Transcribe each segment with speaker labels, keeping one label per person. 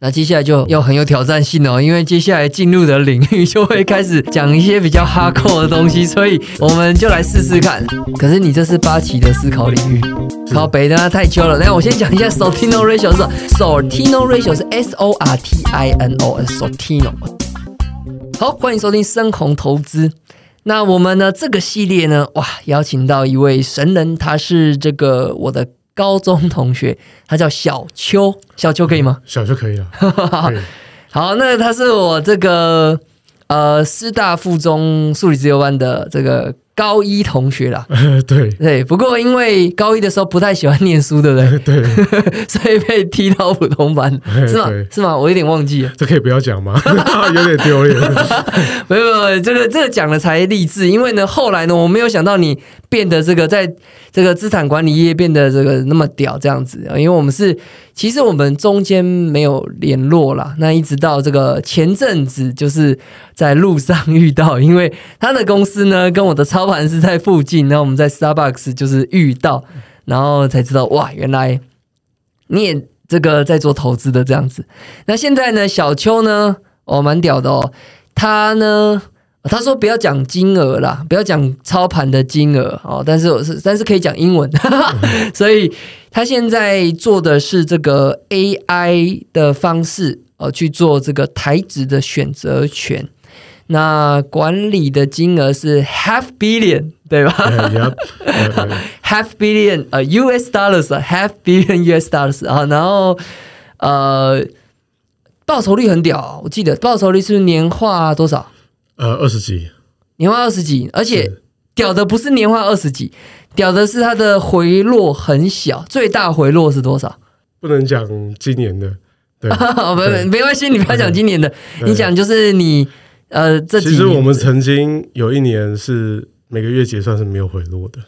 Speaker 1: 那接下来就要很有挑战性哦，因为接下来进入的领域就会开始讲一些比较哈扣的东西，所以我们就来试试看。可是你这是八旗的思考领域，靠北的太秋了。那我先讲一下 Sortino ratio 是什么 Sortino ratio 是 S O R T I N O Sortino。好，欢迎收听深红投资。那我们呢这个系列呢，哇，邀请到一位神人，他是这个我的高中同学，他叫小邱，小邱可以吗？
Speaker 2: 小就可 以了。可以
Speaker 1: 好，那他是我这个呃师大附中数理自由班的这个高一同学啦。
Speaker 2: 呃， 对
Speaker 1: 对，不过因为高一的时候不太喜欢念书，对不对？
Speaker 2: 对，
Speaker 1: 所以被踢到普通班，
Speaker 2: 哎
Speaker 1: 是吗
Speaker 2: 对？
Speaker 1: 是吗？我有点忘记了。
Speaker 2: 这可以不要讲吗？ 有点丢脸。
Speaker 1: 没有，没有，这个这个讲了才励志，因为呢，后来呢，我没有想到你变得这个在这个资产管理业变得这个那么屌这样子，呃因为我们是其实我们中间没有联络啦，那一直到这个前阵子就是在路上遇到，因为他的公司呢跟我的操盘是在附近，然后我们在 Starbucks 就是遇到，然后才知道哇，原来你也这个在做投资的这样子。那现在呢，小邱呢，哦，蛮屌的哦。他呢，他说不要讲金额啦，不要讲操盘的金额哦，但是我是但是可以讲英文， 所以他现在做的是这个 AI 的方式哦，去做这个台指的选择权。那管理的金额是 half billion，对吧？
Speaker 2: 呃也要呃呃
Speaker 1: half billion 呃 US dollars 啊 half billion US dollars 啊，然后呃报酬率很屌啊、我记得报酬率是不是年化多少？
Speaker 2: 呃二十几，
Speaker 1: 年化二十几，而且屌的不是年化二十几，屌的是它的回落很小，最大回落是多少？
Speaker 2: 不能讲今年的。对，
Speaker 1: 没没没关系，你不要讲今年的，
Speaker 2: 对
Speaker 1: 你讲就是你呃这几
Speaker 2: 其实我
Speaker 1: 年
Speaker 2: 们曾经有一年是每个月结算是没有回落的。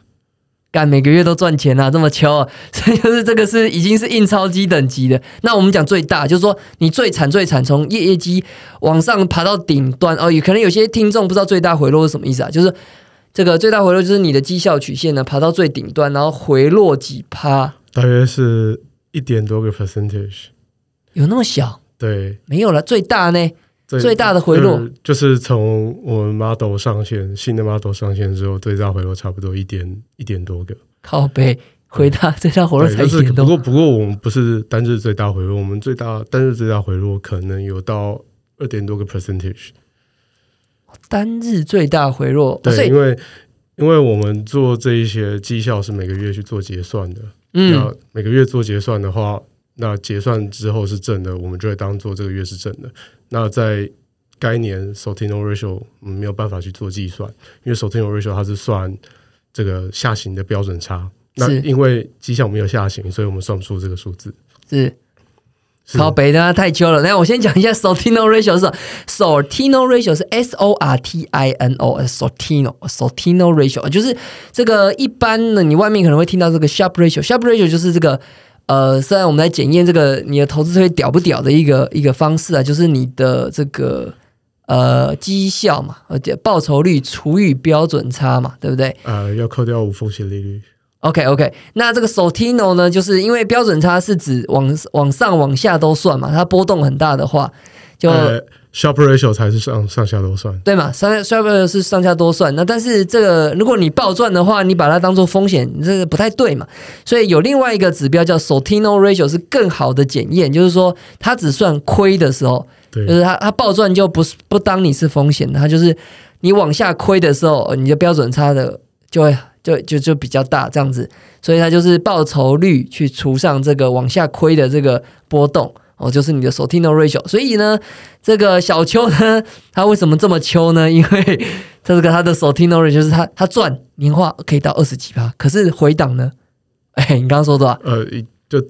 Speaker 1: 干每个月都赚钱啊，这么敲啊， 所以就是这个是已经是印钞机等级的。那我们讲最大，就是说你最惨最惨，从业业绩往上爬到顶端哦。有可能有些听众不知道最大回落是什么意思啊，就是这个最大回落就是你的绩效曲线呢爬到最顶端，然后回落几趴，
Speaker 2: 大约是一点多个 percentage。
Speaker 1: 有那么小？
Speaker 2: 对，
Speaker 1: 没有了，最大呢？
Speaker 2: 最
Speaker 1: 最大的回落
Speaker 2: 呃就是从我们 model 上线，新的 model 上线之后，最大回落差不多一点一点多个。
Speaker 1: 靠背回答最大回落
Speaker 2: 对，
Speaker 1: 才
Speaker 2: 但
Speaker 1: 一
Speaker 2: 是
Speaker 1: 点
Speaker 2: 不
Speaker 1: 多。
Speaker 2: 过不过我们不是单日最大回落，我们最大单日最大回落可能有到二点多个 percentage。
Speaker 1: 单日最大回落，哦所
Speaker 2: 对，
Speaker 1: 以
Speaker 2: 因为因为我们做这一些绩效是每个月去做结算的，
Speaker 1: 嗯
Speaker 2: 那每个月做结算的话，那结算之后是正的，我们就会当做这个月是正的。那在该年 Sortino ratio 我们没有办法去做计算，因为 Sortino ratio 它是算这个下行的标准差。那
Speaker 1: 是
Speaker 2: 因为绩效没有下行，所以我们算不出这个数字。
Speaker 1: 是。
Speaker 2: 是
Speaker 1: 靠北的啊太秋了。那我先讲一下 Sortino ratio 是什么 Sortino ratio 是 S O R T I N O 呃 Sortino Sortino ratio 呃就是这个一般呢，你外面可能会听到这个 Sharp ratio Sharp ratio 就是这个呃，虽然我们在检验这个你的投资策略屌不屌的一个一个方式啊，就是你的这个呃绩效嘛，呃报酬率除以标准差嘛，对不对？
Speaker 2: 呃，要扣掉无风险利率，
Speaker 1: OK OK，那这个 Sortino 呢，就是因为标准差是指往往上往下都算嘛，它波动很大的话，就、
Speaker 2: 呃，Sharp ratio 才是上上下都算。
Speaker 1: 对嘛，上下 Sharp 是上下多算。那但是这个如果你暴赚的话，你把它当做风险，这个不太对嘛。所以有另外一个指标叫 Sortino ratio 是更好的检验，就是说它只算亏的时候，
Speaker 2: 对，
Speaker 1: 就是它它暴赚就不是不当你是风险的，它就是你往下亏的时候，呃你的标准差的就会就就就比较大这样子，所以它就是报酬率去除上这个往下亏的这个波动。哦，就是你的 Sortino ratio，所以呢，这个小邱呢，他为什么这么秋呢？ 因为这个他的 Sortino ratio 就是他他赚年化可以到二十几趴，可是回档呢，哎、你刚刚说多少？
Speaker 2: 呃，一就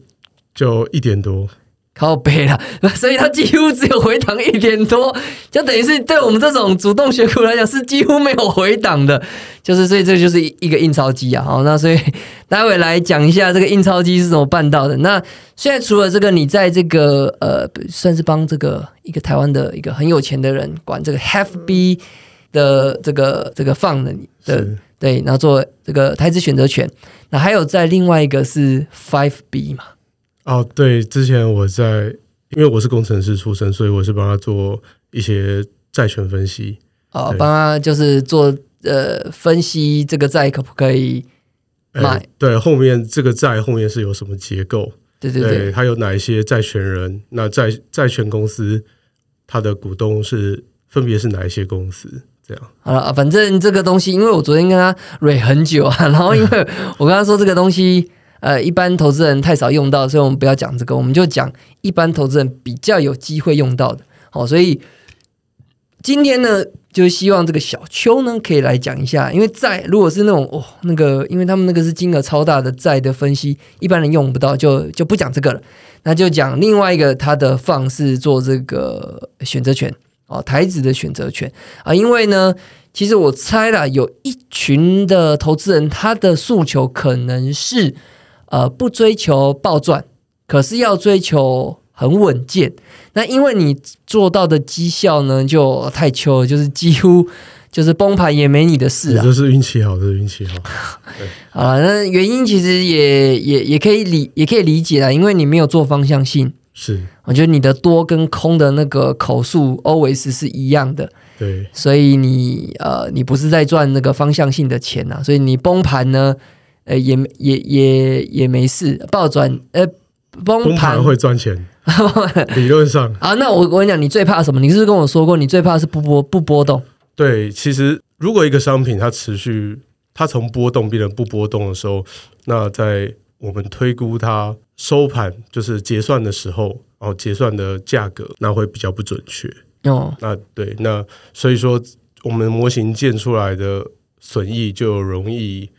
Speaker 2: 就一点多，
Speaker 1: 靠背啦， 所以它几乎只有回档一点多，就等于是对我们这种主动选股来讲是几乎没有回档的，就是所以这就是一个印钞机啊。好，那所以 待会来讲一下这个印钞机是怎么办到的。那现在除了这个，你在这个呃，算是帮这个一个台湾的一个很有钱的人管这个 Half B 的这个这个放的你的
Speaker 2: 是
Speaker 1: 对，然后做这个台资选择权，那还有在另外一个是 Five B 嘛。
Speaker 2: 哦。对，之前我在因为我是工程师出身，所以我是帮他做一些债权分析。
Speaker 1: 哦，
Speaker 2: 对
Speaker 1: 帮他就是做呃分析这个债可不可以
Speaker 2: 呃
Speaker 1: 买
Speaker 2: 对，后面这个债后面是有什么结构？
Speaker 1: 对对对，
Speaker 2: 它有哪一些债权人？那债债权公司它的股东是分别是哪一些公司？这样，
Speaker 1: 好了，反正这个东西，因为我昨天跟他蕊很久啊， 然后因为我跟他说这个东西，呃，一般投资人太少用到，所以我们不要讲这个，我们就讲一般投资人比较有机会用到的。好、所以今天呢，就希望这个小邱呢可以来讲一下，因为债如果是那种哦那个，因为他们那个是金额超大的债的分析，一般人用不到，就就不讲这个了，那就讲另外一个他的放是做这个选择权哦，台子的选择权啊，因为呢。其实我猜啦，有一群的投资人，他的诉求可能是，呃，不追求暴赚，可是要追求很稳健。那因为你做到的绩效呢，就太秋了，就是几乎 就是崩盘也没你的事
Speaker 2: 你
Speaker 1: 啊。
Speaker 2: 这是运气好，这是运气好。
Speaker 1: 好了，那原因其实也也也可以理也可以理解啦，因为你没有做方向性，
Speaker 2: 是，
Speaker 1: 我觉得你的多跟空的那个口数 always 是一样的。
Speaker 2: 对，
Speaker 1: 所以你呃，你不是在赚那个方向性的钱啊呐、所以你崩盘呢，呃，也也也也没事，暴转呃崩
Speaker 2: 崩
Speaker 1: 盘
Speaker 2: 盘会赚钱，理论上。
Speaker 1: 啊。那我我跟你讲，你最怕什么？你是不是跟我说过，你最怕是不波不波动？
Speaker 2: 对，其实如果一个商品它持续，它从波动变成不波动的时候，那在我们推估它收盘就是结算的时候，哦，结算的价格那会比较不准确。
Speaker 1: 哦，
Speaker 2: 那对，那所以说我们模型建出来的损益就容易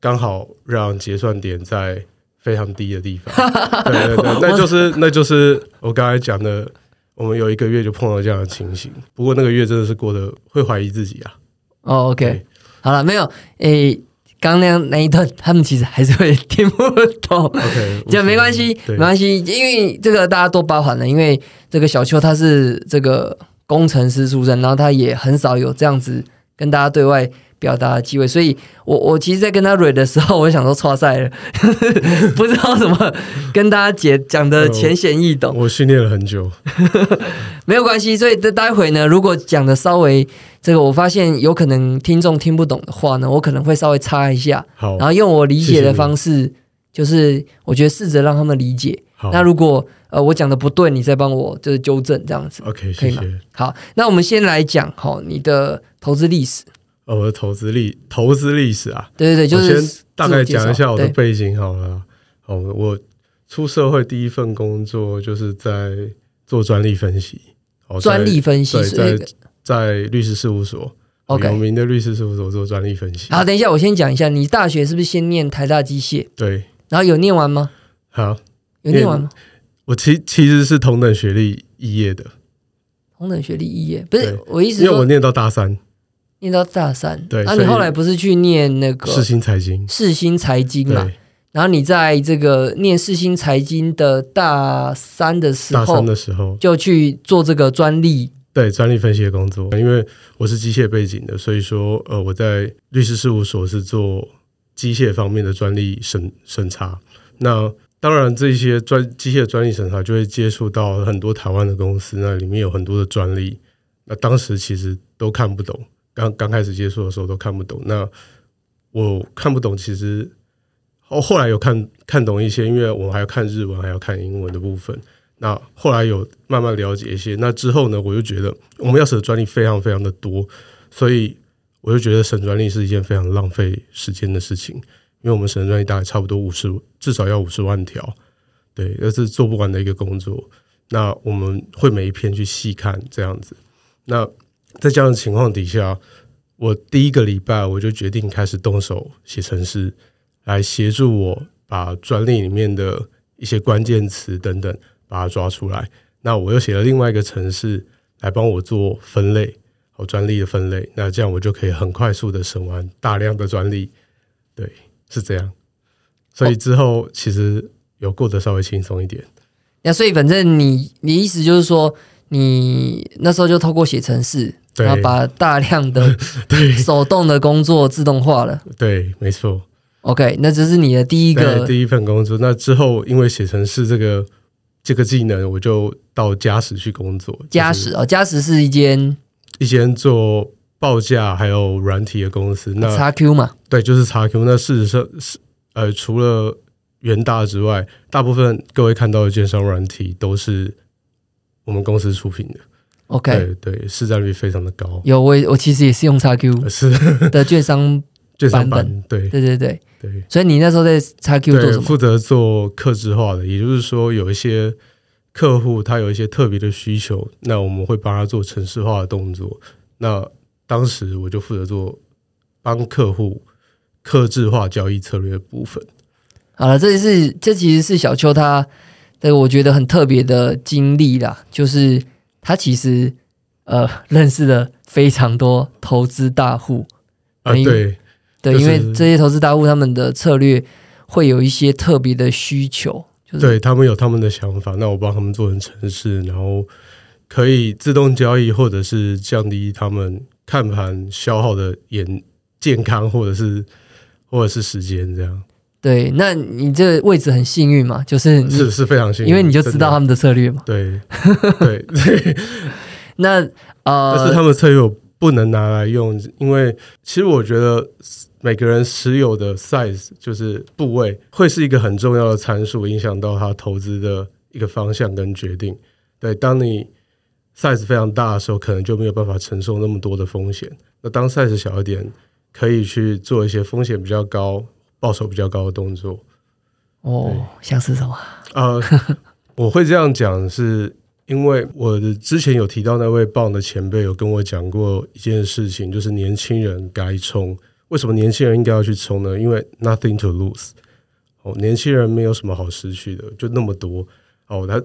Speaker 2: 刚好让结算点在非常低的地方。对 对对，那就是那就是我刚才讲的，我们有一个月就碰到这样的情形。不过那个月真的是过得会怀疑自己啊。
Speaker 1: 哦，OK，
Speaker 2: 对
Speaker 1: 好了，没有，诶、刚那样那一段，他们其实还是会听不懂。
Speaker 2: OK，
Speaker 1: 这没关系，
Speaker 2: 对
Speaker 1: 没关系，因为这个大家多包涵了。因为这个小邱他是这个工程师出身，然后他也很少有这样子跟大家对外表达的机会，所以我我其实，在跟他蕊的时候，我就想说错赛了，不知道怎么跟大家解讲的浅显易懂，
Speaker 2: 嗯我训练了很久，
Speaker 1: 没有关系。所以这待会呢，如果讲的稍微这个，我发现有可能听众听不懂的话呢，我可能会稍微插一下，
Speaker 2: 好
Speaker 1: 然后用我理解
Speaker 2: 谢谢
Speaker 1: 的
Speaker 2: 你
Speaker 1: 方式，就是我觉得试着让他们理解。
Speaker 2: 好
Speaker 1: 那如果呃我讲的不对，你再帮我就是纠正这样子。
Speaker 2: OK，
Speaker 1: 可以
Speaker 2: 谢
Speaker 1: 吗
Speaker 2: 谢。
Speaker 1: 好，那我们先来讲哈你的投资历史。
Speaker 2: 哦，我的投资历投资历史啊，
Speaker 1: 对对对，就
Speaker 2: 我
Speaker 1: 是
Speaker 2: 先大概讲一下我的
Speaker 1: 自
Speaker 2: 背景好了。好，我出社会第一份工作就是在做专利分析，哦
Speaker 1: 我专利分析。
Speaker 2: 对
Speaker 1: 所以
Speaker 2: 在在律师事务所哦
Speaker 1: OK
Speaker 2: 有名的律师事务所做专利分析。
Speaker 1: 好，等一下，我先讲一下，你大学是不是先念台大机械，
Speaker 2: 对，
Speaker 1: 然后有念完吗？
Speaker 2: 好，
Speaker 1: 有念完吗？
Speaker 2: 我其其实是同等学历毕业的，
Speaker 1: 同等学历毕业，不是
Speaker 2: 对
Speaker 1: 我意思
Speaker 2: 因为我
Speaker 1: 说
Speaker 2: 念到大三，
Speaker 1: 念到大三，
Speaker 2: 对
Speaker 1: 然后
Speaker 2: 所
Speaker 1: 你
Speaker 2: 以
Speaker 1: 后来不是去念那个
Speaker 2: 世新财经。
Speaker 1: 世新财经嘛？
Speaker 2: 对，
Speaker 1: 然后你在这个念世新财经的大三的时
Speaker 2: 大三
Speaker 1: 候，
Speaker 2: 的时候，
Speaker 1: 就去做这个专利
Speaker 2: 对专利分析的工作，因为我是机械背景的，所以说呃，我在律师事务所是做机械方面的专利审审查。那当然，这些专机械专利审查就会接触到很多台湾的公司，那里面有很多的专利，那当时其实都看不懂，刚刚开始接触的时候都看不懂。那我看不懂，其实后后来有看看懂一些，因为我还要看日文，还要看英文的部分。那后来有慢慢了解一些，那之后呢，我就觉得嗯我们要审的专利非常非常的多，所以我就觉得审专利是一件非常浪费时间的事情，因为我们审的专利大概差不多五十，至少要五十万条，对，那是做不完的一个工作。那我们会每一篇去细看这样子。那在这样的情况底下，我第一个礼拜我就决定开始动手写程式，来协助我把专利里面的一些关键词等等把它抓出来。那我又写了另外一个程式来帮我做分类，好专利的分类。那这样我就可以很快速的审完大量的专利。对，是这样。所以之后其实有过得稍微轻松一点。
Speaker 1: 那所以反正你你意思就是说，你那时候就透过写程式，
Speaker 2: 对
Speaker 1: 然后把大量的
Speaker 2: 对
Speaker 1: 手动的工作自动化了。
Speaker 2: 对，没错。
Speaker 1: OK，那这是你的第一
Speaker 2: 对
Speaker 1: 个
Speaker 2: 第一份工作。那之后因为写程式这个这个技能，我就到嘉实去工作。
Speaker 1: 嘉
Speaker 2: 就是
Speaker 1: 实哦，嘉实是一间
Speaker 2: 一间做报价还有软体的公司，那
Speaker 1: XQ 嘛，
Speaker 2: 对，就是 XQ。那事实上是呃，除了元大之外，大部分各位看到的建商软体都是我们公司出品的。
Speaker 1: OK，
Speaker 2: 对对，市占率非常的高，
Speaker 1: 有我也我其实也是用 XQ
Speaker 2: 呃是
Speaker 1: 的券商，
Speaker 2: 券商
Speaker 1: 版
Speaker 2: 版， 对
Speaker 1: 对对对，
Speaker 2: 对
Speaker 1: 所以你那时候在 XQ 做
Speaker 2: 对，
Speaker 1: 什么？
Speaker 2: 负责做客制化的，也就是说有一些。客户他有一些特别的需求，那我们会帮他做城市化的动作。那当时我就负责做帮客户客制化交易策略的部分。
Speaker 1: 好了，这是这其实是小邱他这个我觉得很特别的经历啦，就是他其实呃认识了非常多投资大户，
Speaker 2: 啊，
Speaker 1: 哎
Speaker 2: 对，
Speaker 1: 对，
Speaker 2: 就是
Speaker 1: 因为这些投资大户他们的策略会有一些特别的需求，就是
Speaker 2: 对他们有他们的想法，那我帮他们做成城市，然后可以自动交易，或者是降低他们看盘消耗的眼健康，或者是或者是时间，这样
Speaker 1: 对。那你这个位置很幸运嘛，就是你
Speaker 2: 是是非常幸运，
Speaker 1: 因为你就知道他们的策略嘛。
Speaker 2: 真的对 对对，
Speaker 1: 那
Speaker 2: 但是
Speaker 1: 呃，
Speaker 2: 他们策略我不能拿来用，因为其实我觉得每个人持有的 size 就是部位会是一个很重要的参数，影响到他投资的一个方向跟决定。对，当你 size 非常大的时候，可能就没有办法承受那么多的风险。那当 size 小一点，可以去做一些风险比较高、报酬比较高的动作。
Speaker 1: 哦，像是什么？
Speaker 2: 呃， 我会这样讲，是因为我的之前有提到那位棒的前辈有跟我讲过一件事情，就是年轻人该冲。为什么年轻人应该要去冲呢？因为 nothing to lose。哦，年轻人没有什么好失去的，就那么多。哦，他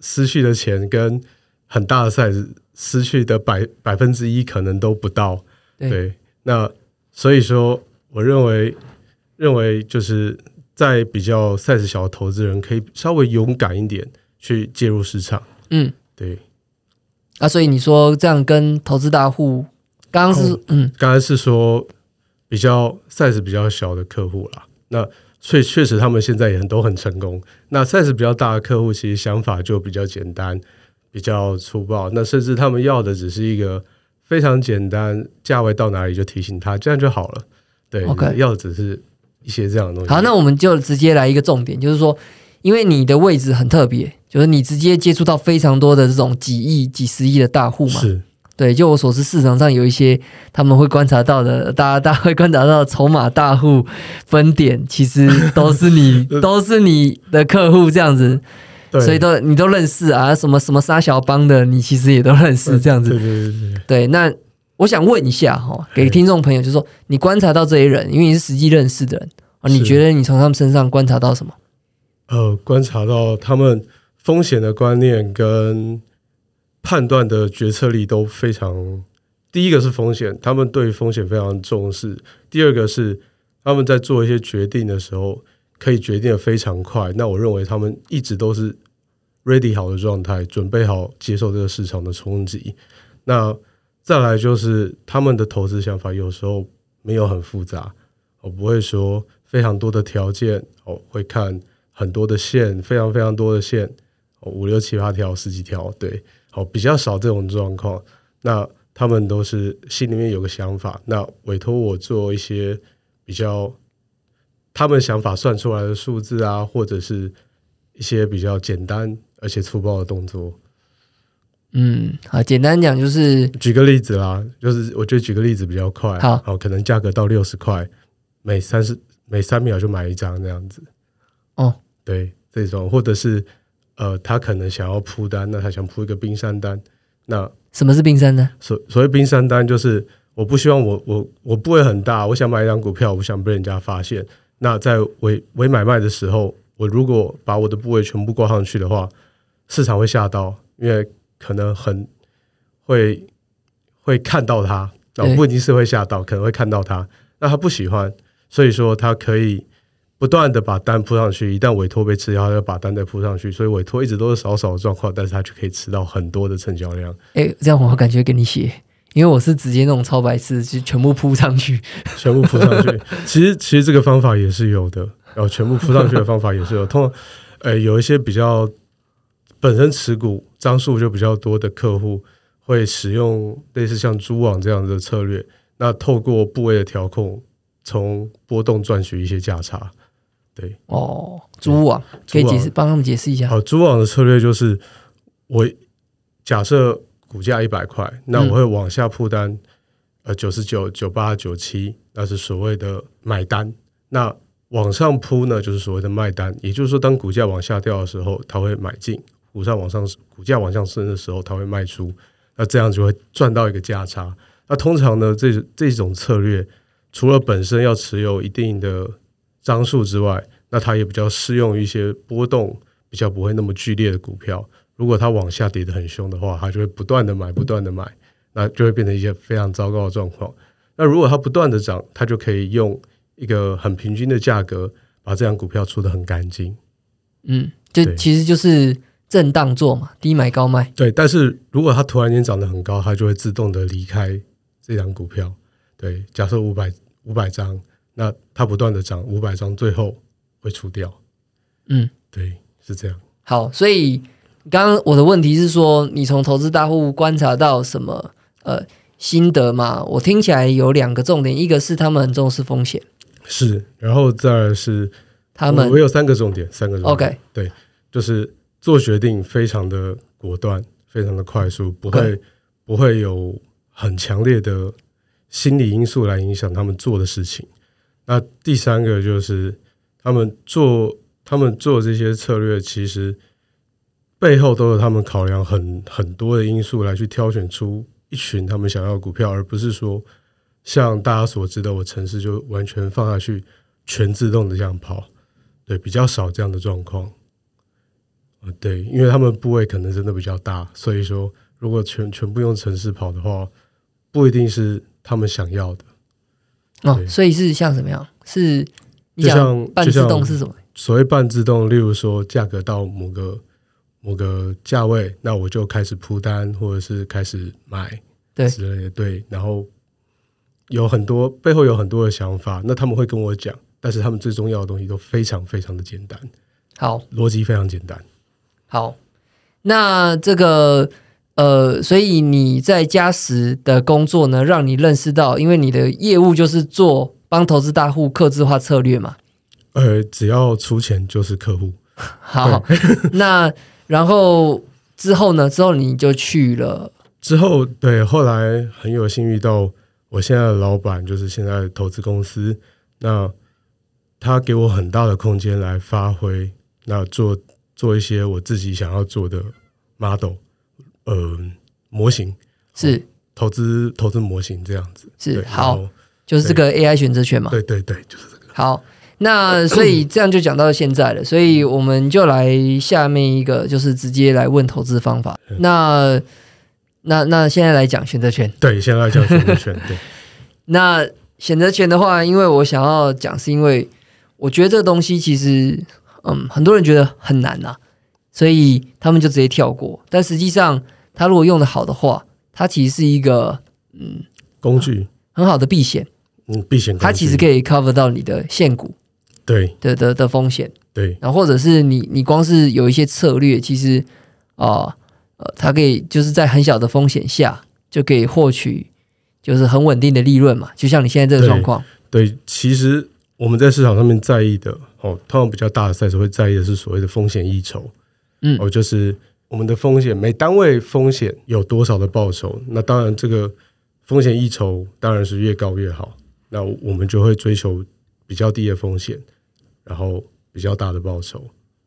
Speaker 2: 失去的钱跟很大的赛事失去的百百分之一可能都不到。
Speaker 1: 对
Speaker 2: 对，那所以说，我认为认为就是在比较 size 小的投资人，可以稍微勇敢一点去介入市场。
Speaker 1: 嗯，
Speaker 2: 对，
Speaker 1: 啊，所以你说这样跟投资大户，刚刚是嗯，
Speaker 2: 刚才是说比较 size 比较小的客户啦，那所以确实他们现在也很都很成功。那 size 比较大的客户，其实想法就比较简单，比较粗暴，那甚至他们要的只是一个非常简单，价位到哪里就提醒他，这样就好了。对
Speaker 1: OK
Speaker 2: 要的只是一些这样的东西。
Speaker 1: 好，那我们就直接来一个重点，就是说，因为你的位置很特别，就是你直接接触到非常多的这种几亿、几十亿的大户嘛。
Speaker 2: 是
Speaker 1: 对，就我所知，市场上有一些他们会观察到的，大家大 家会观察到的筹码大户分点，其实都是 你都是你的客户这样子，
Speaker 2: 对，
Speaker 1: 所以都你都认识啊，什么什么沙小帮的，你其实也都认识这样子
Speaker 2: 对。对对对，
Speaker 1: 对，那我想问一下哈，给
Speaker 2: 嘿
Speaker 1: 听众朋友，就是说你观察到这些人，因为你是实际认识的人啊，你
Speaker 2: 是
Speaker 1: 觉得你从他们身上观察到什么？
Speaker 2: 呃，观察到他们风险的观念跟判断的决策力都非常。第一个是风险，他们对风险非常重视；第二个是他们在做一些决定的时候，可以决定的非常快。那我认为他们一直都是 ready 好的状态，准备好接受这个市场的冲击。那再来就是他们的投资想法有时候没有很复杂，我不会说非常多的条件，哦，会看很多的线，非常非常多的线，哦五六七八条、十几条，对，好、比较少这种状况。那他们都是心里面有个想法，那委托我做一些比较他们想法算出来的数字啊，或者是一些比较简单而且粗暴的动作。
Speaker 1: 嗯，好，简单讲就是
Speaker 2: 举个例子啦，就是我觉得举个例子比较快，
Speaker 1: 好
Speaker 2: 可能价格到六十块，每三十每三秒就买一张这样子，
Speaker 1: 哦，
Speaker 2: 对，这种或者是呃，他可能想要铺单，那他想铺一个冰山单，那
Speaker 1: 什么是冰山呢？
Speaker 2: 所所谓冰山单就是我不希望我我我不会很大，我想买一张股票，我不想被人家发现。那在伪伪买卖的时候，我如果把我的部位全部挂上去的话，市场会吓到，因为可能很会会看到它，
Speaker 1: 对
Speaker 2: 那不一定是会吓到，可能会看到它。那他不喜欢，所以说他可以不断的把单铺上去，一旦委托被吃掉，他就把单再铺上去。所以委托一直都是少少的状况，但是他却可以吃到很多的成交量。
Speaker 1: 诶，这样我感觉给你写，因为我是直接那种超白痴，就全部扑上去。
Speaker 2: 全部铺上去。其实其实这个方哦法也是有的，然后全部铺上去的方法也是有。通常，呃，有一些比较本身持股张数就比较多的客户，会使用类似像蛛网这样的策略，那透过部位的调控，从波动赚取一些价差。对，
Speaker 1: 哦，蛛网可以解释，帮他们解释一下。
Speaker 2: 啊好，蛛网的策略就是我假设股价一百块，那
Speaker 1: 嗯
Speaker 2: 我会往下铺单，呃，九十九、九八、九七，那是所谓的买单。那往上铺呢，就是所谓的卖单。也就是说，当股价往下掉的时候，它会买进；股上往上，股价往上升的时候，它会卖出。那这样就会赚到一个价差。那通常呢，这这种策略，除了本身要持有一定的张数之外，那它也比较适用于一些波动比较不会那么剧烈的股票。如果它往下跌得很凶的话，它就会不断的买，不断的买，那就会变成一些非常糟糕的状况。那如果它不断的涨，它就可以用一个很平均的价格把这张股票出得很干净。
Speaker 1: 嗯，这
Speaker 2: 对
Speaker 1: 其实就是震荡做嘛，低买高卖。
Speaker 2: 对，但是如果它突然间涨得很高，它就会自动的离开这张股票。对，假设五百五百张，那它不断的涨五百张，最后会出掉。
Speaker 1: 嗯，
Speaker 2: 对，是这样。
Speaker 1: 好，所以刚刚我的问题是说，你从投资大户观察到什么呃心得嘛？我听起来有两个重点，一个是他们很重视风险，
Speaker 2: 是，然后再来是
Speaker 1: 他
Speaker 2: 我
Speaker 1: 们
Speaker 2: 我有三个重点，三个重点
Speaker 1: OK
Speaker 2: 就是做决定非常的果断，非常的快速，不会不会有很强烈的心理因素来影响他们做的事情。那第三个就是他们做他们做这些策略，其实背后都有他们考量很很多的因素来去挑选出一群他们想要的股票，而不是说像大家所知的，我城市就完全放下去全自动的这样跑，对，比较少这样的状况。呃，对，因为他们部位可能真的比较大，所以说如果全全部用城市跑的话，不一定是他们想要的。
Speaker 1: 哦，
Speaker 2: 对
Speaker 1: 所以是像什么样？是你
Speaker 2: 就
Speaker 1: 想
Speaker 2: 像
Speaker 1: 半
Speaker 2: 就
Speaker 1: 自
Speaker 2: 像
Speaker 1: 动是什么？
Speaker 2: 所谓半自动，例如说价格到某个某个价位，那我就开始铺单或者是开始买，
Speaker 1: 对
Speaker 2: 之类的，对。然后有很多背后有很多的想法，那他们会跟我讲，但是他们最重要的东西都非常非常的简单，
Speaker 1: 好
Speaker 2: 逻辑非常简单。
Speaker 1: 好，那这个呃，所以你在嘉实的工作呢，让你认识到，因为你的业务就是做帮投资大户客制化策略嘛。
Speaker 2: 呃，只要出钱就是客户，
Speaker 1: 好， 那然后之后呢？之后你就去了，
Speaker 2: 之后，对，后来很有幸遇到我现在的老板，就是现在的投资公司，那他给我很大的空间来发挥，那做做一些我自己想要做的 model，呃，模型，
Speaker 1: 是
Speaker 2: 投资投资模型这样子。
Speaker 1: 是
Speaker 2: 对，
Speaker 1: 好，
Speaker 2: 然后
Speaker 1: 就是这个 AI 选择权嘛。
Speaker 2: 对对对，就是这个。
Speaker 1: 好， 那所以这样就讲到现在了，所以我们就来下面一个，就是直接来问投资方
Speaker 2: 嗯
Speaker 1: 法。那那那现在来讲选择权。
Speaker 2: 对，现在叫选择权， 对，
Speaker 1: 那选择权的话，因为我想要讲，是因为我觉得这个东西其实，嗯，很多人觉得很难呐、所以他们就直接跳过。但实际上，它如果用的好的话，它其实是一个嗯
Speaker 2: 工具，
Speaker 1: 很好的避险，
Speaker 2: 嗯，避险工具。
Speaker 1: 它其实可以 cover 到你的现股
Speaker 2: 对
Speaker 1: 的的的风险。
Speaker 2: 对
Speaker 1: 然后或者是你你光是有一些策略，其实啊呃它可以就是在很小的风险下就可以获取就是很稳定的利润嘛，就像你现在这个
Speaker 2: 对
Speaker 1: 状况，
Speaker 2: 对，其实我们在市场上面在意的，哦，通常比较大的赛事会在意的是所谓的风险溢酬。
Speaker 1: 嗯，
Speaker 2: 哦，就是我们的风险，每单位风险有多少的报酬？那当然，这个风险溢酬当然是越高越好。那我们就会追求比较低的风险，然后比较大的报酬。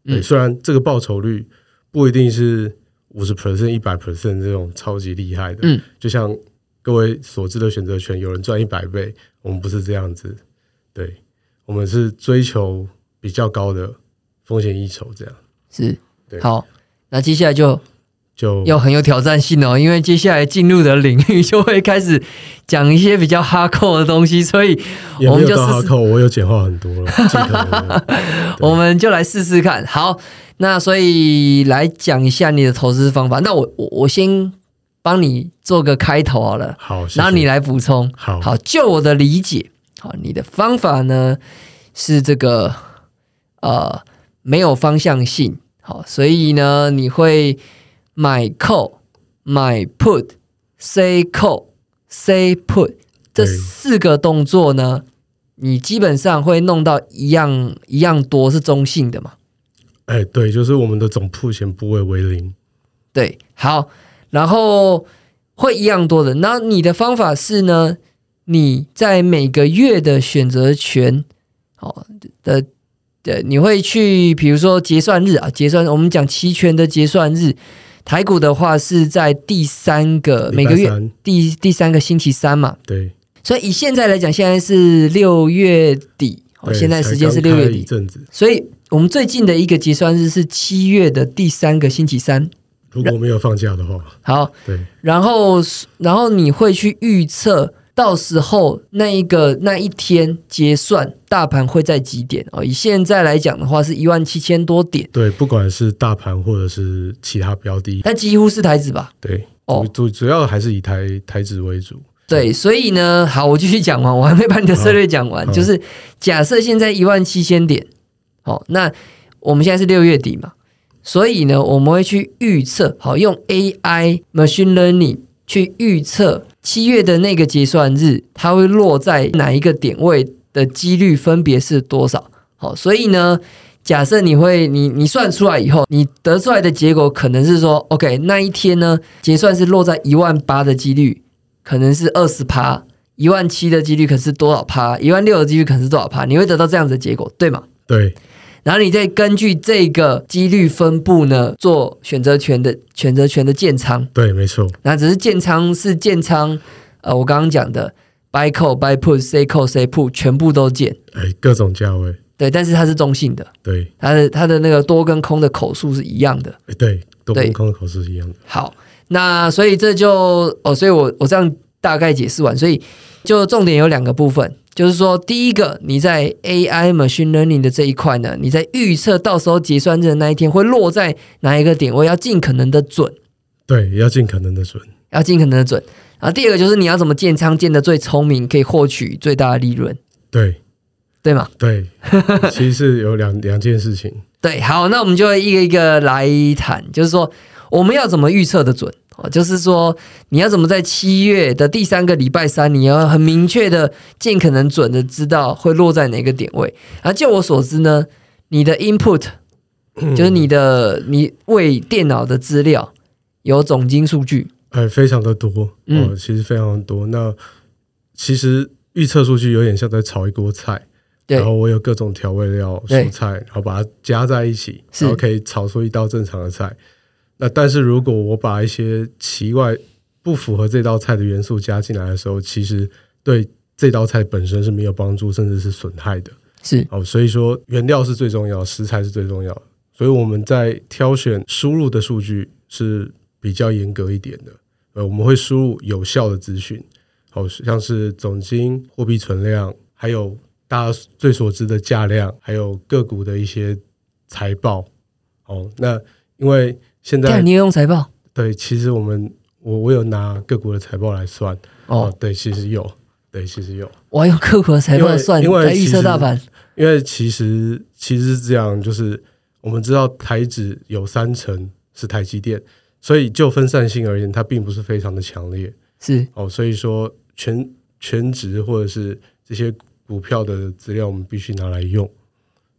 Speaker 2: 对，
Speaker 1: 嗯
Speaker 2: 虽然这个报酬率不一定是五十 percent、一百 percent 这种超级厉害的，
Speaker 1: 嗯，
Speaker 2: 就像各位所知的选择权，有人赚一百倍，我们不是这样子，对，我们是追求比较高的风险溢酬，这样
Speaker 1: 是
Speaker 2: 对
Speaker 1: 好。那接下来就
Speaker 2: 就
Speaker 1: 要很有挑战性哦，因为接下来进入的领域就会开始讲一些比较哈扣的东西，所以
Speaker 2: 也
Speaker 1: 我们
Speaker 2: 没有
Speaker 1: 就
Speaker 2: 到
Speaker 1: 试
Speaker 2: 哈
Speaker 1: 试
Speaker 2: 扣，我有简化很多了，尽可能
Speaker 1: 我们就来试试看。好，那所以来讲一下你的投资方法。那我我我先帮你做个开头好了，
Speaker 2: 好， 谢谢
Speaker 1: 然后你来补充。
Speaker 2: 好
Speaker 1: 好，就我的理解，好，你的方法呢是这个呃没有方向性，好，所以呢，你会买 call、买 put、say call、say put 这
Speaker 2: 对
Speaker 1: 四个动作呢，你基本上会弄到一样一样多是中性的嘛？
Speaker 2: 哎，对，就是我们的总铺险部位为零。
Speaker 1: 对，好，然后会一样多的。那你的方法是呢？你在每个月的选择权，哦的的，你会去，比如说结算日啊，结算我们讲期权的结算日，台股的话是在第三个
Speaker 2: 礼
Speaker 1: 呃每
Speaker 2: 拜
Speaker 1: 个月
Speaker 2: 三
Speaker 1: 第第三个星期三嘛，
Speaker 2: 对，
Speaker 1: 所以以现在来讲，现在是六月底，哦、
Speaker 2: 对
Speaker 1: 现在时间是
Speaker 2: 才刚
Speaker 1: 六月
Speaker 2: 开一
Speaker 1: 底，
Speaker 2: 阵子，
Speaker 1: 所以我们最近的一个结算日是七月的第三个星期三。
Speaker 2: 如果没有放假的话，
Speaker 1: 好，
Speaker 2: 对
Speaker 1: 然后，然后你会去预测到时候那一个那一天结算大盘会在几点哦？以现在来讲的话，是一万七千多点，
Speaker 2: 对，不管是大盘或者是其他标的，
Speaker 1: 但几乎是台子吧？
Speaker 2: 对，
Speaker 1: 哦
Speaker 2: 主主主要还是以台台指为主。
Speaker 1: 对，所以呢， 好，我继续讲完，我还没把你的策略讲完，
Speaker 2: 好
Speaker 1: 就是假设现在一万七千点，好，那我们现在是六月底嘛，所以呢，我们会去预测，好，用 AI machine learning 去预测七月的那个结算日，它会落在哪一个点位的几率分别是多少？好，所以呢。假设你会你你算出来以后，你得出来的结果可能是说，OK，那一天呢结算是落在一万八的几率，可能是二十趴，一万七的几率可是多少趴，一万六的几率可能是多少趴，你会得到这样子的结果，对吗？
Speaker 2: 对，
Speaker 1: 然后你再根据这个几率分布呢，做选择权的选择权的建仓，
Speaker 2: 对，没错，
Speaker 1: 那只是建仓是建仓，呃，我刚刚讲的 buy call buy put say call say put 全部都建，
Speaker 2: 哎，各种价位，
Speaker 1: 对，但是它是中性的，
Speaker 2: 对，
Speaker 1: 它的它的那个多跟空的口数是一样的。
Speaker 2: 哎对，都
Speaker 1: 对
Speaker 2: 跟空口是一样的。
Speaker 1: 好，那所以这就哦，所以我我这样大概解释完，所以就重点有两个部分，就是说第一个你在 AI machine learning 的这一块呢，你在预测到时候结算日的那一天会落在哪一个点位，要尽可能的准，
Speaker 2: 对，要尽可能的准。
Speaker 1: 要尽可能的准。然后第二个就是你要怎么建仓建的最聪明，可以获取最大的利润，
Speaker 2: 对
Speaker 1: 对吗？
Speaker 2: 对，其实是有两两件事情。
Speaker 1: 对，好，那我们就一个一个来谈，就是说我们要怎么预测的准哦，就是说你要怎么在七月的第三个礼拜三，你要很明确的、尽可能准的知道会落在哪个点位。而就我所知呢，你的 input
Speaker 2: 嗯
Speaker 1: 就是你的你为电脑的资料有总金数据，
Speaker 2: 哎，非常的多，
Speaker 1: 嗯
Speaker 2: 哦，其实非常的多。那其实预测数据有点像在炒一锅菜，
Speaker 1: 对
Speaker 2: 然后我有各种调味料、
Speaker 1: 对
Speaker 2: 蔬菜，然后把它加在一起，
Speaker 1: 是
Speaker 2: 然后可以炒出一道正常的菜。那但是如果我把一些奇怪、不符合这道菜的元素加进来的时候，其实对这道菜本身是没有帮助，甚至是损害的。
Speaker 1: 是
Speaker 2: 哦，所以说原料是最重要，食材是最重要的。所以我们在挑选输入的数据是比较严格一点的。呃，我们会输入有效的资讯，好、像是总金、货币存量，还有大家最所知的价量，还有个股的一些财报。哦，那因为现
Speaker 1: 对啊，
Speaker 2: 在
Speaker 1: 你也用财报
Speaker 2: 对，其实我们我我有拿个股的财报来算。
Speaker 1: 哦，，
Speaker 2: 对，其实有，对，其实有。
Speaker 1: 我还用客户的财
Speaker 2: 因
Speaker 1: 报
Speaker 2: 为
Speaker 1: 算
Speaker 2: 因为
Speaker 1: 来预
Speaker 2: 其
Speaker 1: 测
Speaker 2: 实
Speaker 1: 大盘，
Speaker 2: 因为其实其实是这样，就是我们知道台指有三成是台积电，所以就分散性而言，它并不是非常的强烈
Speaker 1: 是
Speaker 2: 哦。所以说全全值或者是这些股票的资料，我们必须拿来用，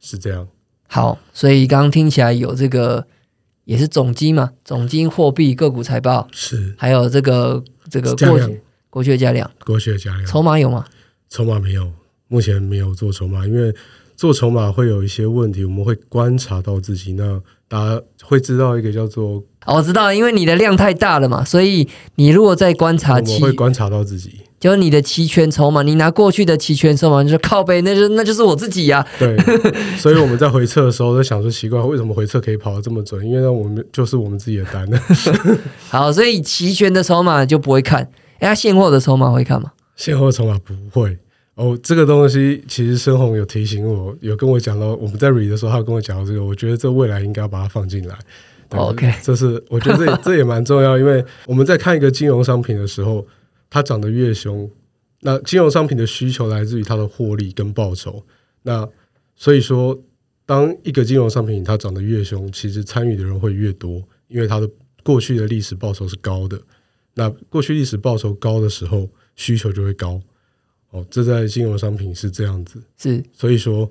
Speaker 2: 是这样。
Speaker 1: 好，所以刚刚听起来有这个也是总金嘛，总金货币个股财报，
Speaker 2: 是
Speaker 1: 还有这个这个
Speaker 2: 加
Speaker 1: 过
Speaker 2: 量嗯
Speaker 1: 去过去的价量，
Speaker 2: 国学加量，
Speaker 1: 筹码有吗？
Speaker 2: 筹码没有，目前没有做筹码，因为做筹码会有一些问题，我们会观察到自己，那大家会知道一个叫做
Speaker 1: 哦，我知道，因为你的量太大了嘛，所以你如果在观
Speaker 2: 我
Speaker 1: 察期
Speaker 2: 们，会观察到自己。
Speaker 1: 就是你的期权筹码，你拿过去的期权筹码，你就说靠背，那就那就是我自己呀、
Speaker 2: 对，所以我们在回测的时候在想说，奇怪，为什么回测可以跑得这么准？因为呢，我们就是我们自己的单，
Speaker 1: 好，所以期权的筹码就不会看，哎，他现货的筹码会看吗？
Speaker 2: 现货筹码不会。哦，这个东西其实深红有提醒我，有跟我讲到，我们在 read 的时候，他有跟我讲到这个，我觉得这未来应该要把它放进来。对
Speaker 1: OK
Speaker 2: 这是我觉得这也这也蛮重要，因为我们在看一个金融商品的时候，它涨得越凶，那金融商品的需求来自于它的获利跟报酬，那所以说当一个金融商品它涨得越凶，其实参与的人会越多，因为它的过去的历史报酬是高的。那过去历史报酬高的时候，需求就会高。哦，这在金融商品是这样子。
Speaker 1: 是
Speaker 2: 所以说，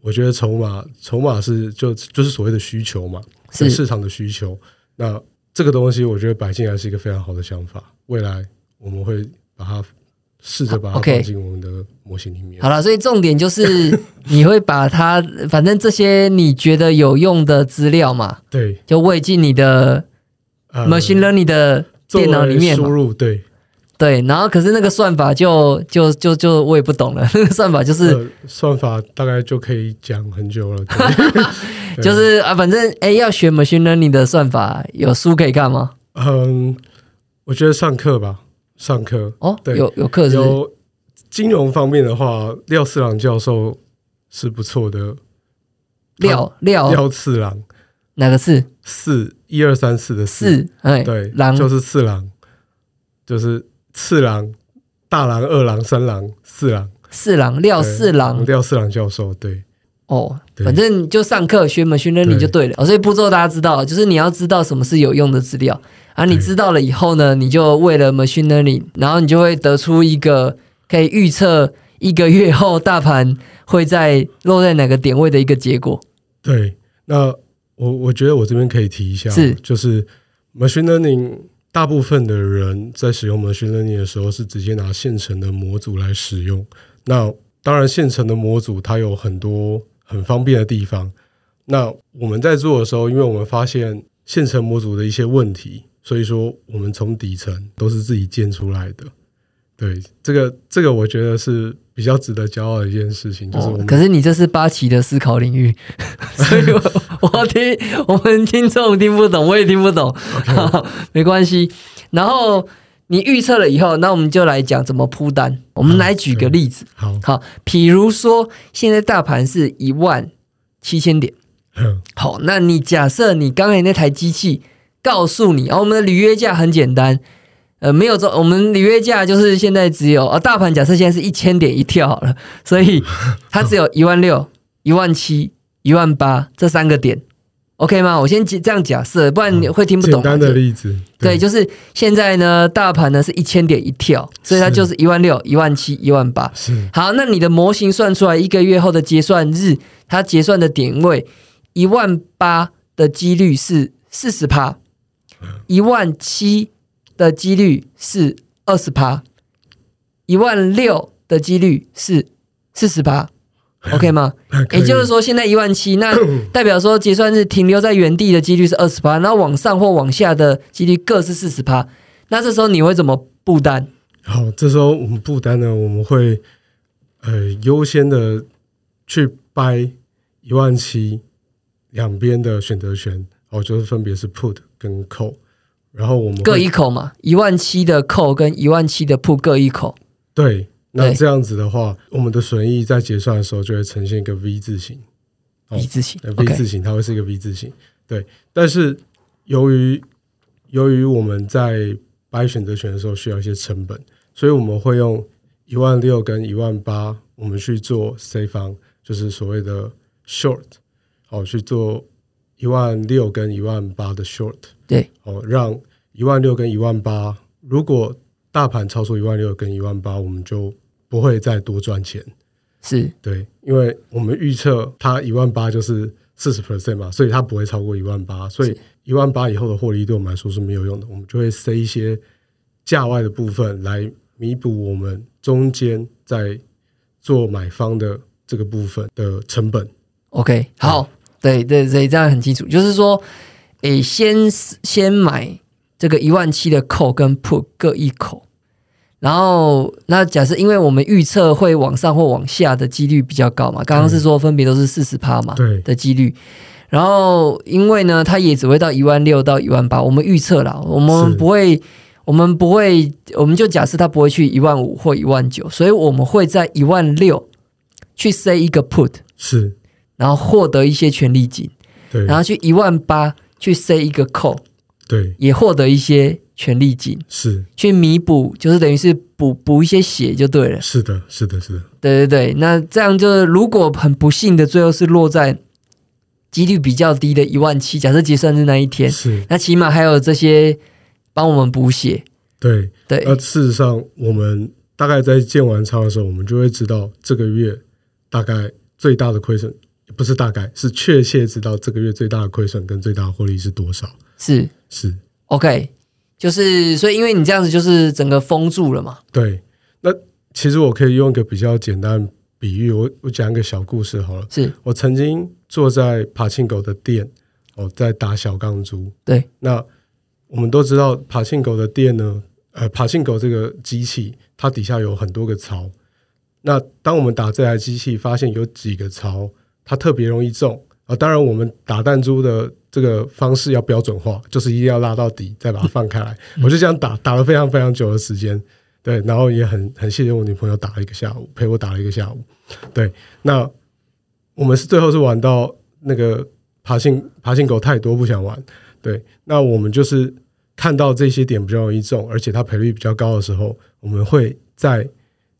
Speaker 2: 我觉得筹码筹码是就就是所谓的需求嘛，
Speaker 1: 是
Speaker 2: 市场的需求。那这个东西，我觉得摆进来是一个非常好的想法。未来我们会把它试着把它
Speaker 1: OK
Speaker 2: 放进我们的模型里面。
Speaker 1: 好了，所以重点就是你会把它，反正这些你觉得有用的资料嘛，
Speaker 2: 对，
Speaker 1: 就喂进你的
Speaker 2: 呃
Speaker 1: machine learning 的
Speaker 2: 作为
Speaker 1: 电脑里面
Speaker 2: 输
Speaker 1: 嘛。
Speaker 2: 入对
Speaker 1: 对，然后可是那个算法就就就就我也不懂了，那 个算法就是
Speaker 2: 呃算法，大概就可以讲很久了。对对
Speaker 1: 就是啊，反正哎，要学 machine learning 的算法，有书可以看吗？
Speaker 2: 嗯，我觉得上课吧，上课
Speaker 1: 哦，
Speaker 2: 对
Speaker 1: 有有课是不是
Speaker 2: 有金融方面的话，廖四郎教授是不错的。
Speaker 1: 料
Speaker 2: 啊
Speaker 1: 料
Speaker 2: 廖次郎
Speaker 1: 哪个是
Speaker 2: 四一二三四的四，
Speaker 1: 是哎
Speaker 2: 对，
Speaker 1: 狼
Speaker 2: 就是次郎，就是次郎、大郎、二郎、三郎、四郎，
Speaker 1: 四郎廖
Speaker 2: 对
Speaker 1: 四郎
Speaker 2: 廖四郎教授，对
Speaker 1: 哦，
Speaker 2: 对
Speaker 1: 反正你就上课学 machine learning
Speaker 2: 对
Speaker 1: 就对了、哦。所以步骤大家知道了，就是你要知道什么是有用的资料啊。你
Speaker 2: 对
Speaker 1: 知道了以后呢，你就为了 machine learning，然后你就会得出一个可以预测一个月后大盘会在落在哪个点位的一个结果。
Speaker 2: 对。那我我觉得我这边可以提一下，
Speaker 1: 是
Speaker 2: 就是 machine learning，大部分的人在使用 machine learning 的时候是直接拿现成的模组来使用。那当然，现成的模组它有很多很方便的地方。那我们在做的时候，因为我们发现现成模组的一些问题，所以说我们从底层都是自己建出来的。对，这个这个我觉得是比较值得骄傲的一件事情，就是我
Speaker 1: 哦，
Speaker 2: 们、
Speaker 1: 可是你这是八旗的思考领 域，所以我我听我们听众听不懂，我也听不懂， 没关系。然后你预测了以后，那我们就来讲怎么铺单。我们
Speaker 2: 嗯
Speaker 1: 来举个
Speaker 2: 对
Speaker 1: 例子。
Speaker 2: 好，
Speaker 1: 好，比如说现在大盘是一万七千点，
Speaker 2: 哼
Speaker 1: 好，那你假设你刚才那台机器告诉你，啊，我们的履约价很简单，呃，没有中，我们履约价就是现在只有啊，大盘假设现在是一千点一跳好了，所 以它只有一万六、一万七、一万八这三个点，OK 吗？我先这样假设，不然你会听不懂
Speaker 2: 嗯简
Speaker 1: 啊。
Speaker 2: 单
Speaker 1: 这
Speaker 2: 的例子，
Speaker 1: 对，就是现在呢，大盘呢是一千点一跳，所以它
Speaker 2: 是
Speaker 1: 就是一万六、一万七、一万八。
Speaker 2: 是
Speaker 1: 好，那你的模型算出来一个月后的结算日，它结算的点位一万八的几率是四十趴，一万七的几率是二十趴，一万六的几率是四十趴。OK 吗？也就是
Speaker 2: 说，
Speaker 1: 说，现在一万七，那代表说结算日停留在原地的几率是二十趴，那往上或往下的几率各是四十趴。那这时候你会怎么布单？
Speaker 2: 好，这时候我们不单呢，我们会呃优先的去掰一万七两边的选择权，哦，就是分别是 put 跟 call，然后我们会
Speaker 1: 各一口嘛，一万七的扣跟一万七的铺各一口。
Speaker 2: 对，那
Speaker 1: 对
Speaker 2: 这样子的话，我们的损益在结算的时候就会呈现一个 V 字形。哦
Speaker 1: V 字形
Speaker 2: 呃 V
Speaker 1: ，OK，
Speaker 2: 字形，它会是一个 V 字形。对，但是由于由于我们在掰选择权的时候需要一些成本，所以我们会用一万六跟一万八，我们去做 C 方，就是所谓的 short，哦，去做一万六跟一万八的 short，
Speaker 1: 对，
Speaker 2: 哦，让一万六跟一万八，如果大盘超出一万六跟一万八，我们就不会再多赚钱。
Speaker 1: 是
Speaker 2: 对，因为我们预测它一万八就是四十 percent 嘛，所以它不会超过一万八，所以一万八以后的获利对我们来说是没有用的，我们就会塞一些价外的部分来弥补我们中间在做买方的这个部分的成本。
Speaker 1: OK，好，对对对，这样很清楚。就是说，诶，先先买这个一万七的扣跟 put 各一口，然后那假设因为我们预测会往上或往下的几率比较高嘛，刚刚是说分别都是四十趴嘛
Speaker 2: 对
Speaker 1: 的几率。然后，因为呢，它也只会到一万六到一万八，我们预测啦，我们
Speaker 2: 是
Speaker 1: 不会，我们不会，我们就假设它不会去一万五或一万九，所以我们会在一万六去 say 一个 put，
Speaker 2: 是，
Speaker 1: 然后获得一些权利金，
Speaker 2: 对，
Speaker 1: 然后去一万八去塞一个扣，
Speaker 2: 对，
Speaker 1: 也获得一些权利金，
Speaker 2: 是
Speaker 1: 去弥补，就是等于是补补一些血就对了。
Speaker 2: 是的，是的，是的，
Speaker 1: 对对对，那这样就是如果很不幸的最后是落在几率比较低的一万七，假设结算日那一天，
Speaker 2: 是，
Speaker 1: 那起码还有这些帮我们补血。
Speaker 2: 对。
Speaker 1: 对，
Speaker 2: 那事实上，我们大概在建完仓的时候，我们就会知道这个月大概最大的亏损，不是大概，是确切知道这个月最大的亏损跟最大的获利是多少。
Speaker 1: 是
Speaker 2: 是
Speaker 1: OK，就是所以因为你这样子就是整个封住了嘛。
Speaker 2: 对。那其实我可以用一个比较简单的比喻，我我讲一个小故事好了。
Speaker 1: 是
Speaker 2: 我曾经坐在爬庆狗的店，哦，在打小钢珠。
Speaker 1: 对，
Speaker 2: 那我们都知道爬庆狗的店呢，呃，爬庆狗这个机器，它底下有很多个槽。那当我们打这台机器，发现有几个槽，它特别容易中啊。当然，我们打弹珠的这个方式要标准化，就是一定要拉到底，再把它放开来。我就这样打，打了非常非常久的时间，对，然后也很很谢谢我女朋友打了一个下午，陪我打了一个下午。对，那我们是最后是玩到那个爬行爬行狗太多不想玩，对，那我们就是看到这些点比较容易中，而且它赔率比较高的时候，我们会在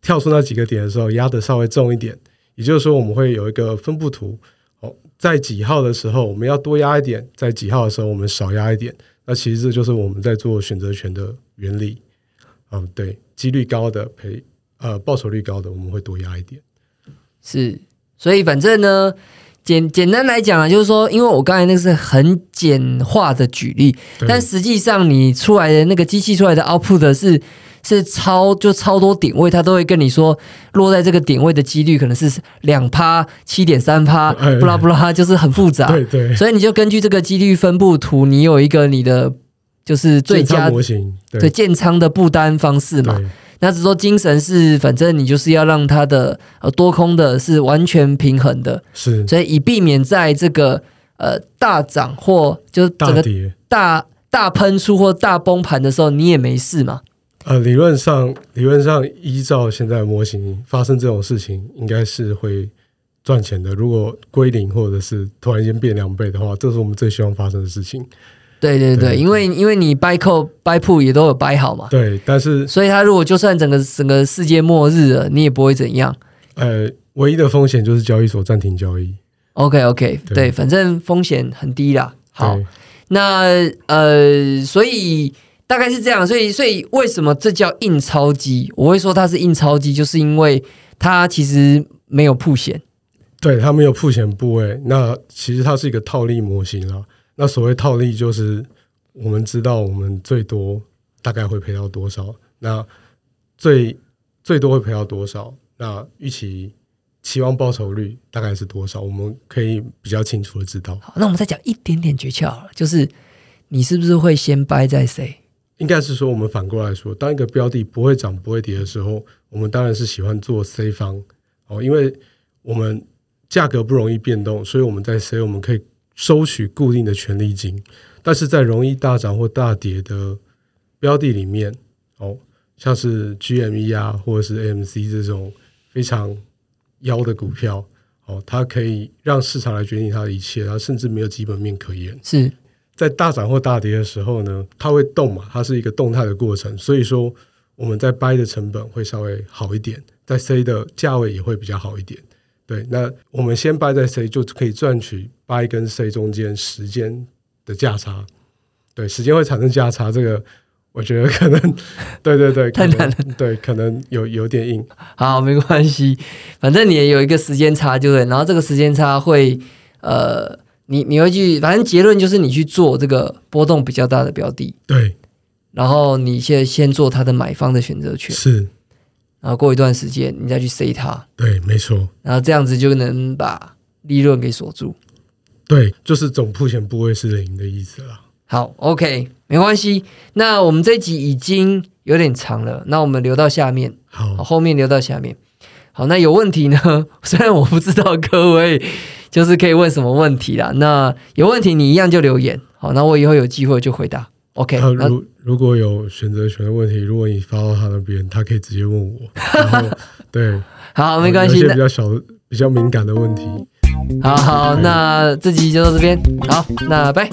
Speaker 2: 跳出那几个点的时候压的稍微重一点，也就是说我们会有一个分布图，哦，在几号的时候我们要多压一点，在几号的时候我们少压一点，那其实这就是我们在做选择权的原理，嗯，对，几率高的赔呃报酬率高的我们会多压一点，
Speaker 1: 是，所以反正呢，简简单来讲啊，就是说，因为我刚才那个是很简化的举例，
Speaker 2: 对
Speaker 1: 但实际上你出来的那个机器出来的 output 是是超就超多点位，它都会跟你说落在这个点位的几率可能是两趴、七点三趴，
Speaker 2: 哎
Speaker 1: 不拉不拉，就是很复杂。
Speaker 2: 对对，
Speaker 1: 啊所以你就根据这个几率分布图，你有一个你的就是最
Speaker 2: 建仓
Speaker 1: 佳
Speaker 2: 模型，对
Speaker 1: 对建仓的布单方式嘛。
Speaker 2: 对
Speaker 1: 那只说精神是，反正你就是要让它的呃多空的是完全平衡的，
Speaker 2: 是
Speaker 1: 所以以避免在这个呃大涨或就是整
Speaker 2: 大
Speaker 1: 个
Speaker 2: 跌。
Speaker 1: 大大喷出或大崩盘的时候，你也没事嘛。
Speaker 2: 呃，理论上，理论上依照现在的模型，发生这种事情应该是会赚钱的。如果归零或者是突然间变两倍的话，这是我们最希望发生的事情。
Speaker 1: 对对对，
Speaker 2: 对
Speaker 1: 因为因为你 buy call buy put 也都有 buy 好嘛，
Speaker 2: 对，但是
Speaker 1: 所以它如果就算整个整个世界末日了，你也不会怎样。
Speaker 2: 呃，唯一的风险就是交易所暂停交易。
Speaker 1: OK OK，
Speaker 2: 对
Speaker 1: 对，反正风险很低啦。好，
Speaker 2: 对，
Speaker 1: 那呃，所以大概是这样，所以所以为什么这叫印钞机？我会说它是印钞机，就是因为它其实没有铺险。
Speaker 2: 对，它没有铺险部位，那其实它是一个套利模型啦。那所谓套利，就是我们知道我们最多大概会赔到多少，那最最多会赔到多少，那预期期望报酬率大概是多少，我们可以比较清楚的知道。
Speaker 1: 好，那我们再讲一点点诀窍好了，就是你是不是会先掰再 say？
Speaker 2: 应该是说，我们反过来说，当一个标的不会涨不会跌的时候，我们当然是喜欢做 C 方哦，因为我们价格不容易变动，所以我们在 C 我们可以收取固定的权利金，但是在容易大涨或大跌的标的里面，哦，像是 GME 啊或者是 AMC 这种非常妖的股票，哦，它可以让市场来决定它的一切，它甚至没有基本面可言。
Speaker 1: 是
Speaker 2: 在大涨或大跌的时候呢，它会动嘛，它是一个动态的过程，所以说我们在 buy 的成本会稍微好一点，在 C 的价位也会比较好一点。对，那我们先 buy 在 C 就可以赚取 buy 跟 C 中间时间的价差。对，时间会产生价差，这个我觉得可能， 对对对，
Speaker 1: 太
Speaker 2: 可能
Speaker 1: 难
Speaker 2: 对，可能有有点硬，
Speaker 1: 好，没关系，反正你也有一个时间差，对不对？然后这个时间差会呃，你你会去，反正结论就是你去做这个波动比较大的标的。
Speaker 2: 对，
Speaker 1: 然后你先先做它的买方的选择权，
Speaker 2: 是，
Speaker 1: 然后过一段时间你再去 say 它，
Speaker 2: 对，没错，
Speaker 1: 然后这样子就能把利润给锁住。
Speaker 2: 对，就是总铺险部位是零的意思啦。
Speaker 1: 好，OK，没关系。那我们这一集已经有点长了，那我们留到下面，好，
Speaker 2: 好，
Speaker 1: 后面留到下面。好，那有问题呢？ 虽然我不知道各位就是可以问什么问题啦，那有问题你一样就留言。好，那我以后有机会就回答。OK，
Speaker 2: 他
Speaker 1: 那
Speaker 2: 如如果有选择权的问题，如果你发到他那边，他可以直接问我。然后 对，
Speaker 1: 好，哦没关系。
Speaker 2: 有一些
Speaker 1: 那
Speaker 2: 比较小的、比较敏感的问题，
Speaker 1: 好好，那这集就到这边。好，那拜。